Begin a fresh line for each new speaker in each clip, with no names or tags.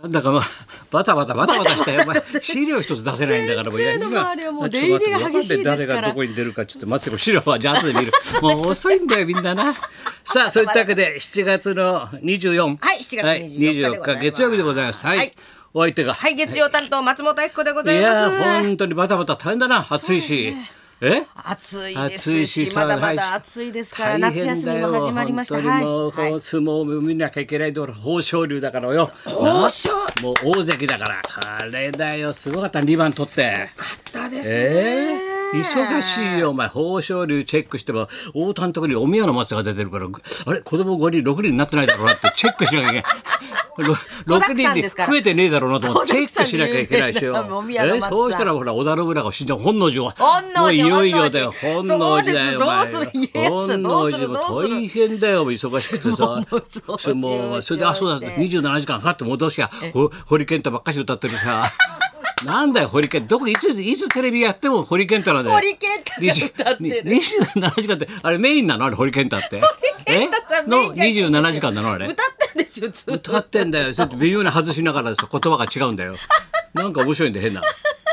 なんだかまあバタバタバタバタしたよお前資料一つ出せないんだからもういや
先生の周りはもう
ちょっと待って
出入りが激しいですか
な
ら
ん誰がどこに出るかちょっと待ってこれ資料はじゃあ後で見るもう遅いんだよみんな なさあそういったわけで7月の24
はい7月24日でございま
24日
す
月曜日でございますはい、
はい
お相手が、
はい、月曜担当松本明子でご
い
ざい
やー
ます。
本当にバタバタ大変だな暑いし、え
暑いです
暑い
し
し、さ
まだま
はい
だ暑いですから、
大
夏
変
休
だ
み
よ
も始まりました。
本当にもう、
はい
こ
は
う
い。
相撲を見なきゃいけないところ、豊昇龍だからよ。
豊昇
なもう大関だから、あれだよ、すごかった、二番取って。
だですね。
ええ忙しいよ、お前、豊昇龍チェックしても、大田のところにお宮の松が出てるから、あれ、子供五人、六人になってないだろうな って、チェックしなきゃいけない。ろ
子
六
だく
人
さん
に
ですから
増えてねえだろうなと思ってチェ
子
ック
だくさんで
しなきゃいけないしよ。
お宮の松さん
そうしたらほら織田信長死んだ本能寺は
本能寺
もういよいよだよ
本
本能
能
寺
寺
だよお前
そうですどうする家康
本
ど
能
うす
寺
る
も
どうする
大変だよ忙しくてさ
もうそう
それもうそれであそうだって
そう
二十七時間はって戻しやほ堀健太ばっかし歌ってる さなんだよ堀健太どこいついつテレビやっても堀健太なんだよ
堀健太が歌ってる。
二十七時間ってあれメインなのあれ堀健太って
健太さん
え
メイ
の
ンじゃない
二十七時間なのあれ
歌ってんですよ、ずっと。
歌ってんだよちょっと微妙に外しながらですよ言葉が違うんだよなんか面白いんで変な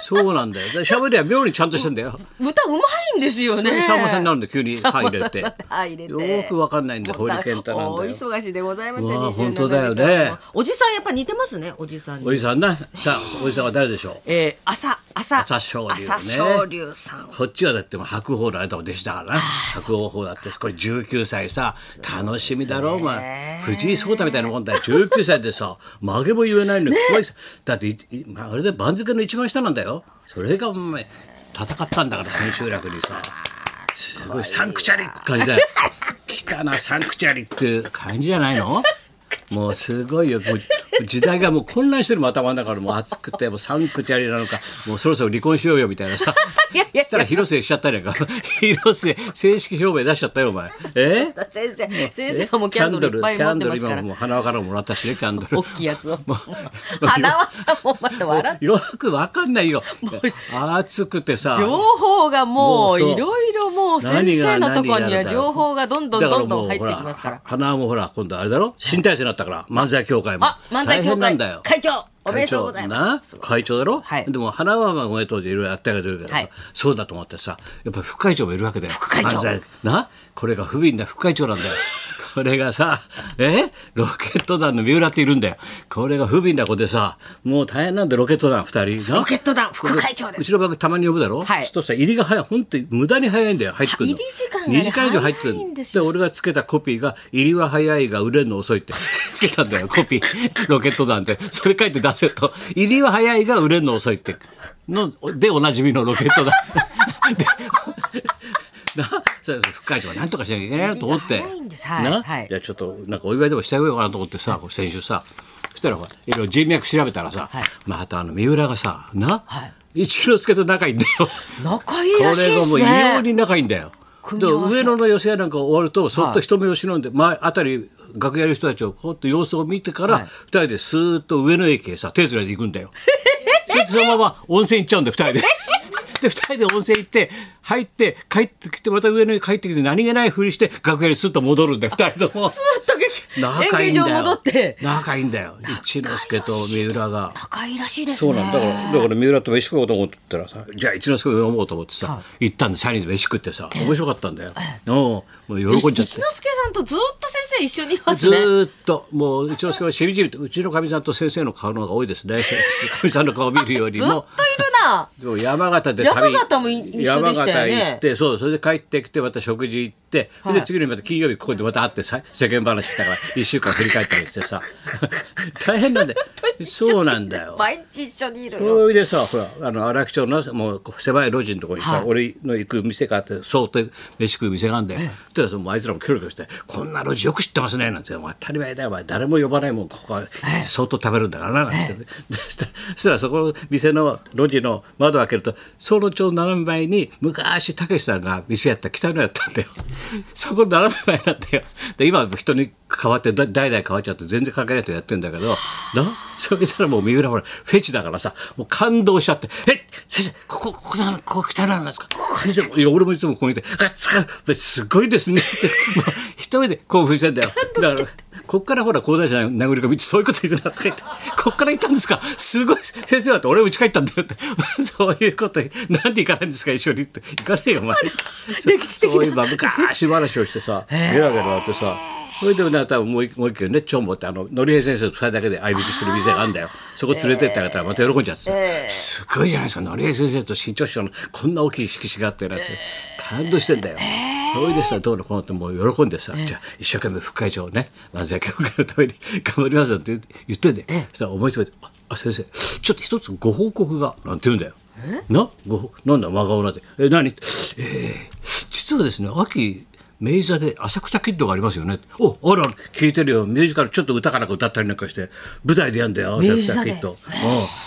そうなんだよで喋りは妙にちゃんとしてんだよ
歌うまいんですよね。
さんまさんになるんで急に入れて
さんまさんに入れて
よーくわかんないんで堀健太なん
お
だよ
忙しいでございました。
うわ
27
本当だよね
おじさんやっぱ似てますね、おじさんに
お。じさんなさあおじさんは誰でしょう
えー、朝朝
朝青龍ね
朝青龍さん
こっちはだってもう白鵬のあなたも弟子だからな白鵬鵬だってこれ19歳さ楽しみだろお前藤井聡太みたいなもんだよ19歳で さ曲げも言えないのにすごいさだっていいまああれで番付の一番下なんだよそれがお前戦ったんだから千秋楽にさすごいサンクチャリって感じだよ来たなサンクチャリっていう感じじゃないのもうすごいよもう時代がもう混乱してるもん頭の中でもう熱くてもうサンクチャリなのかもうそろそろ離婚しようよみたいなさ
いやいや
そしたら広末しちゃったやんか広末正式表明出しちゃったよお前え
先生先生はもうキャンドルいっぱい持ってます
キャンドル
か
今
ら
もう花輪からもらったしねキャンドル
大きいやつを
もう
花輪さんもまた 笑って
よくわかんないよ熱くてさ
情報がも
もう
う
そう
いろいろもう先
何が
生のとこ
何
に
やら
は
だ
情報がどんどん
だから
ど
も
ん
う
どん入ってきますから
ほ花輪もほら今度あれだろ新体制になったから漫才協会も
あ漫才協
大変な
会
んだよ
会長おめでとうございま
会
す
長な会長だろ、
はい
でも花輪はおめでとうでいろいろやってあげてるけど、
はい
そうだと思ってさやっぱり副会長もいるわけだよ
副会長
漫才なこれが不憫な副会長なんだ よこれがさえロケット団の三浦っているんだよこれが不憫な子でさもう大変なんだよロケット団2人な
ロケット団副会長で
う
す
ちの番組たまに呼ぶだろ、
は
そう
い
するとさ入りが早い本当に無駄に早いんだよ入ってくるの
入り時間がね
2時間以上入ってくる
早いん
で
ですよ
俺がつけたコピーが「入りは早いが売れるの遅い」って つけたんだよコピーロケット団ってそれ書いて出せると「入りは早いが売れるの遅い」ってのでおなじみのロケッ ト団で なそれ副会長はなんとかしなきゃいけないなと思って
入りが早いんですはい
な、
はい
いやちょっとなんかお祝いでもしてあげようかなと思ってさこう先週さそしたらほらいろいろ人脈調べたらさ、
はい
またあの三浦がさな、
は
一之輔と仲いいんだよ。
仲いい
こ
らしい
れ
で
がも
す
う異様
ね
に仲いいんだよ。
組
で
み合わせ
上野の寄せ合いなんか終わるとそっ
は
と
い
人目を忍んで、前あたり楽屋の人たちをこうって様子を見てから、
はい
二人でスーッと上野駅へさ手つないで行くん だよ。それでそのまま温泉行っちゃうんだよ二人で。で二人で温泉行って入って帰ってきてまた上野に帰ってきて何気ないふりして楽屋にスッと戻るんだよ二人とも。
ずっと
仲いいんだ
演芸場
よ。
戻って
仲いいんだよ。一之輔と三浦が。
仲いいらしいです
そう
ね
なんだからだから三浦と飯食おうと思ってたらさじゃあ一之輔を読もうと思ってさ、行ったんで3人で飯食ってさ面白かったんだよ、うん、もう喜んじゃって
一。之輔さんとずっと先生一緒にいます
ず
ね
ーっともう一之輔はしみじみとうちのかみさんと先生の顔の方が多いですねかみさんの顔を見るより
ずっと
も
いるな
そう山形で
山形もい一緒でしたよね
山形行ってそうそれで帰ってきてまた食事行って、で次の日また金曜日ここでまた会ってさ世間話した から1週間振り返ったりしてさ 大変なんだよそうなんだよ
毎日一緒にいるの
それでさほらあの荒木町のもう狭い路地のところにさ、
はい
俺の行く店があってそうって飯食う店があんだよ、そしたらもうあいつらもキョロキョロして「こんな路地よく知ってますね」なんて「もう当たり前だよお前誰も呼ばないもんここは相当食べるんだからな」なんて、でそしたらそしたらそこの店の路地の窓を開けるとそのちょうど斜め前に昔たけしさんが店やった北野やったんだよ そこ斜め前なんだよで今は人に変わってだ代々変わっちゃって全然関係ないとやってんだけどなそれしたらもう三浦ほらフェチだからさもう感動しちゃって「え先生ここここなのここ北野なんですか先生いや俺もいつもここにいてあすごいすごいですね」ってもう一人で興奮してんだよだからこっからほら高台者殴り込みってそういうこと言うなとか言ってこっから行ったんですかすごい先生だって俺うち帰ったんだよって そういうことなんで行かないんですか一緒にって行かないよお前
歴史的な
そういうば昔話をしてさゲラゲラやってさそれでね多分もう一もう一軒ねちょんぼってあののりへい先生と二人だけで相引きする店があるんだよそこ連れてってあげたらまた喜んじゃってさ、すごいじゃないですかのりへい先生と新潮師匠のこんな大きい色紙があってなんて感動してんだよ。それでさどうのこうのってもう喜んでさ、じゃあ一生懸命副会長をね漫才協会のために頑張りますよって言ってんで、そしたら思いついて「ああ先生ちょっと一つご報告が」なんて言うんだよ。なご報なんだ真顔なんて「え何?」えー実はですね秋明座で浅草キッドがありますよね」おあら聞いてるよミュージカルちょっと歌かなんか歌ったりなんかして舞台でやんだよ浅
明
草
座
キ
で
ッド、うん、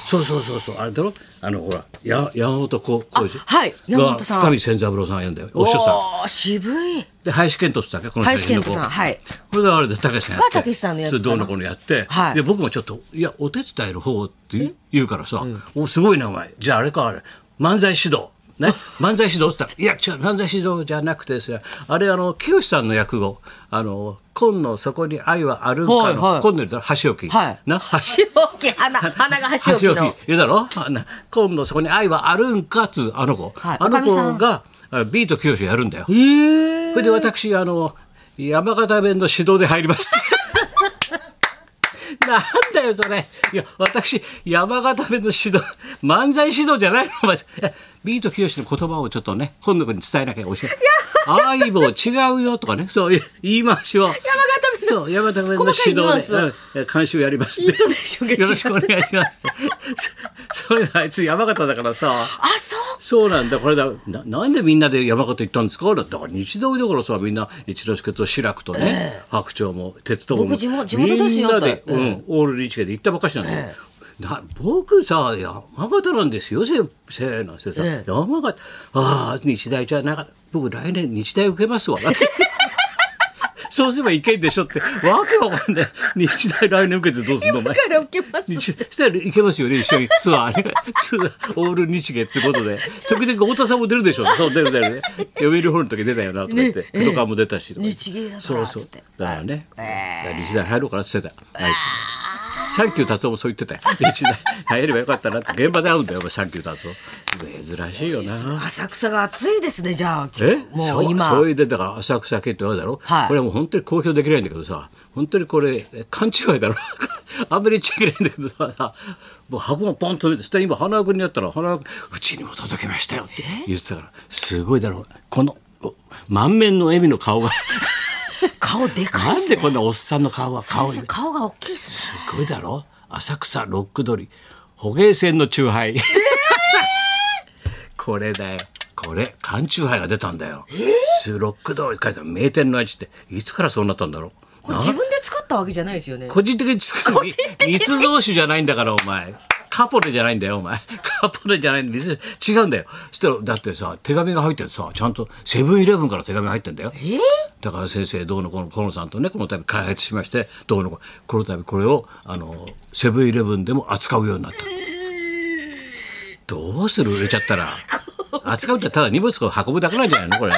そうそうそうそうあれだろあのほらや山本浩二
あはい山本さん
が深見千三郎さんやんだよお師匠さん
おー渋い。
で林遣都さんがこの
林
写真の
健
子
人さん。はい。
これがあれでたけしさんやって
はたけしさんのやつ
そ
か
れ
な
どうのこうのやって、
はい
で僕もちょっと「いやお手伝いの方」って言う言うからさ「おすごいなお前じゃああれかあれ漫才指導」ね、 漫才指導って言ったら「いや違う漫才指導じゃなくてですねあれあの清さんの役をあの今のそこに愛はあるんかの、
はいは
今
い
度言ったら箸置き、
はい
な箸
箸置き 花花が箸置きの。
言うだろあんな今度そこに愛はあるんかっつうあの子、
はい
あの
おかみさ
子
ん
があビート清やるんだよ
えー
それで私あの山形弁の指導で入りました。 なんだよそれいや私山形弁の指導漫才指導じゃないのお前いやビートきよしの言葉をちょっとね本の国に伝えなきゃ教えない相棒違うよとかねそういう言い回しを山形弁そう山形弁の指
細かいニュアン
導
スは
でうん監修やりまして
イントネーションが違う
よろしくお願いしますそそういうのあいつ山形だからさ
あ、そう。
そうなんだこれだななんでみんなで山形行ったんですかだってだから日大だからさみんな一之輔と志らくとね、白鳥も鉄道も
僕地元地元ですよ
みんなで
だっ、て
うん、オールリーチ系で行ったばっかしなんだよ、な僕さ山形なんですよ先生なんてさ、
ええ
山形ああ日大じゃなかった僕来年日大受けますわだ って。そうすればいけんでしょってわけわかんない日大来年受けてどうすんのお前
だから受けます。
日したら行けますよね一緒に ツアーねツアーオール日芸ってことで時々太田さんも出るでしょそう出る出るね読売ホールの時出たよなとか言って工藤川も出たしとか言って
日芸だから
そうそう
つって
だからねだから日大入ろうかなって言ってた来週サンキュー達夫もそう言ってたよ日大入ればよかったなって現場で会うんだよお前サンキュー達夫珍しいよな
浅草が暑いですね。じゃあ、
え
も
そう
う今。
それでだから浅草系ってあるだろ、
はい
これはもう本当に公表できないんだけどさ本当にこれえ勘違いだろ あんまり言っちゃいけないんだけどさもう箱がポンと出てそしたら今花輪君にやったら花輪君うちにも届きましたよって言ってたからすごいだろこのお満面の笑みの顔が
顔でか い
な
っ
ん
す
で
ね。
こんなおっさんの顔が顔に
先生顔が大きいっすね。
すごいだろ浅草ロック通り捕鯨船のチューハイ、 これだよこれ缶チューハイが出たんだよ、スロック通り書いてある名店の味っていつからそうなったんだろう
これ
な
自分で作ったわけじゃないですよね。
個人的に作
個人的に
密造酒じゃないんだからお前カポネじゃないんだよお前カポネじゃないんだよ違うんだよそしたらだってさ手紙が入っててさちゃんとセブンイレブンから手紙入ってんだよ
えー
だから先生どうのこうのこのさんとねこの度開発しましてどうのこうのこの度これをあのセブンイレブンでも扱うようになったどうする売れちゃった ら扱うってただ荷物を運ぶだけなんじゃないのこれ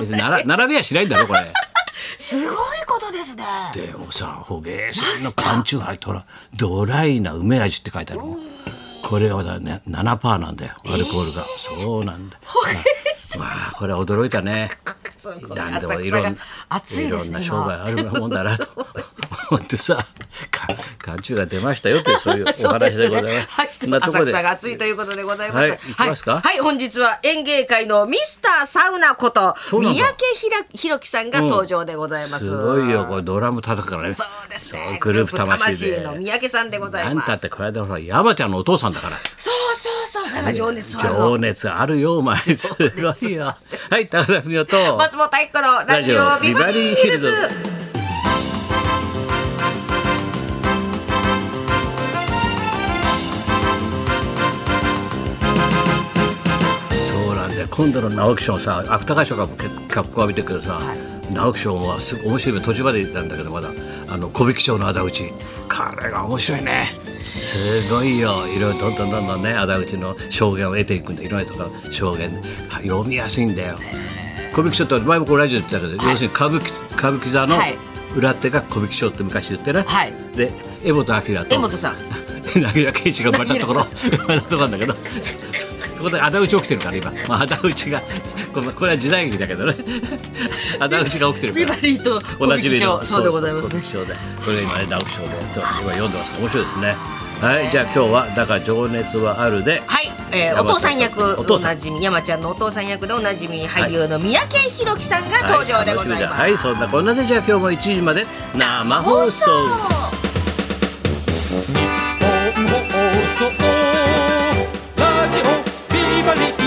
別になら並べやしないんだろこれ
すごいことですね。
でもさ捕鯨船の缶チューハイってほらドライな梅味って書いてあるのこれがまたね7%なんだよアルコールが、そうなんだまあこれは驚いたね
すごい
なんで
浅
もい
草
ろん
が暑いですね。
いろんな
今
商売あるもんだなと思ってさか缶中が出ましたよというそう いうお話でございます。
そ
そん
うで
な
すねはい、
とこ
浅
ろ
草
で
が暑いということでございます。
はい行きますか
はい、はい本日は演芸界のミスターサウナこと
そう
三
なんだ
宅ひらひろきさんが登場でございます。
すごいよこれドラム叩くからね
そうです
そ
ね
う。グループ魂
グル
で
ープの三宅さんでござ
あ
い
ん
ます。
たってこれでほら山ちゃんのお父さんだから
そうそうそう。なんか情熱はあるの
情熱あるよお前すごいよはい高田文夫と
松本太子のラジオビバリーヒルズ。
そうなんだよ今度の直木賞さ芥川賞が結構脚光浴びてるけどさ、直木賞もすごい面白い途中までなんだけどまだあの小引き賞の仇討ち彼が面白いねすごいよいろいろどんどんどんどんね仇討ちの証言を得ていくんだいろんな人から証言読みやすいんだよ小引き賞って前もこうラジオで言ってたけど、要するに歌舞伎歌舞伎座の
はい
裏手が小引町って昔言ってね、
はい
で江本明と
江本 さん
柳田圭一が生まれたと ころ生まれたところなんだけどここで仇討ち起きてるから今、まあ、仇討ちがこのこれは時代劇だけどね 仇討ちが起きてるから
ビバリーと
同じビル
小引町そうでございますね
小引町でこれ今ね直木賞でやってます今読んでます面白いですねはいじゃあ今日は「だが情熱はあるで」
はい、えー、お
山
父
さ
さ
ん
ん役
お父
お
さん
なじみ山ちゃんのお父さん役でおなじみ
はい
俳優の三宅宏樹さんが登場でご
はい、楽
ざいます、
しみだはいそんなこんなでじゃあ今日も1時まで生放送
放送ラジオビバリー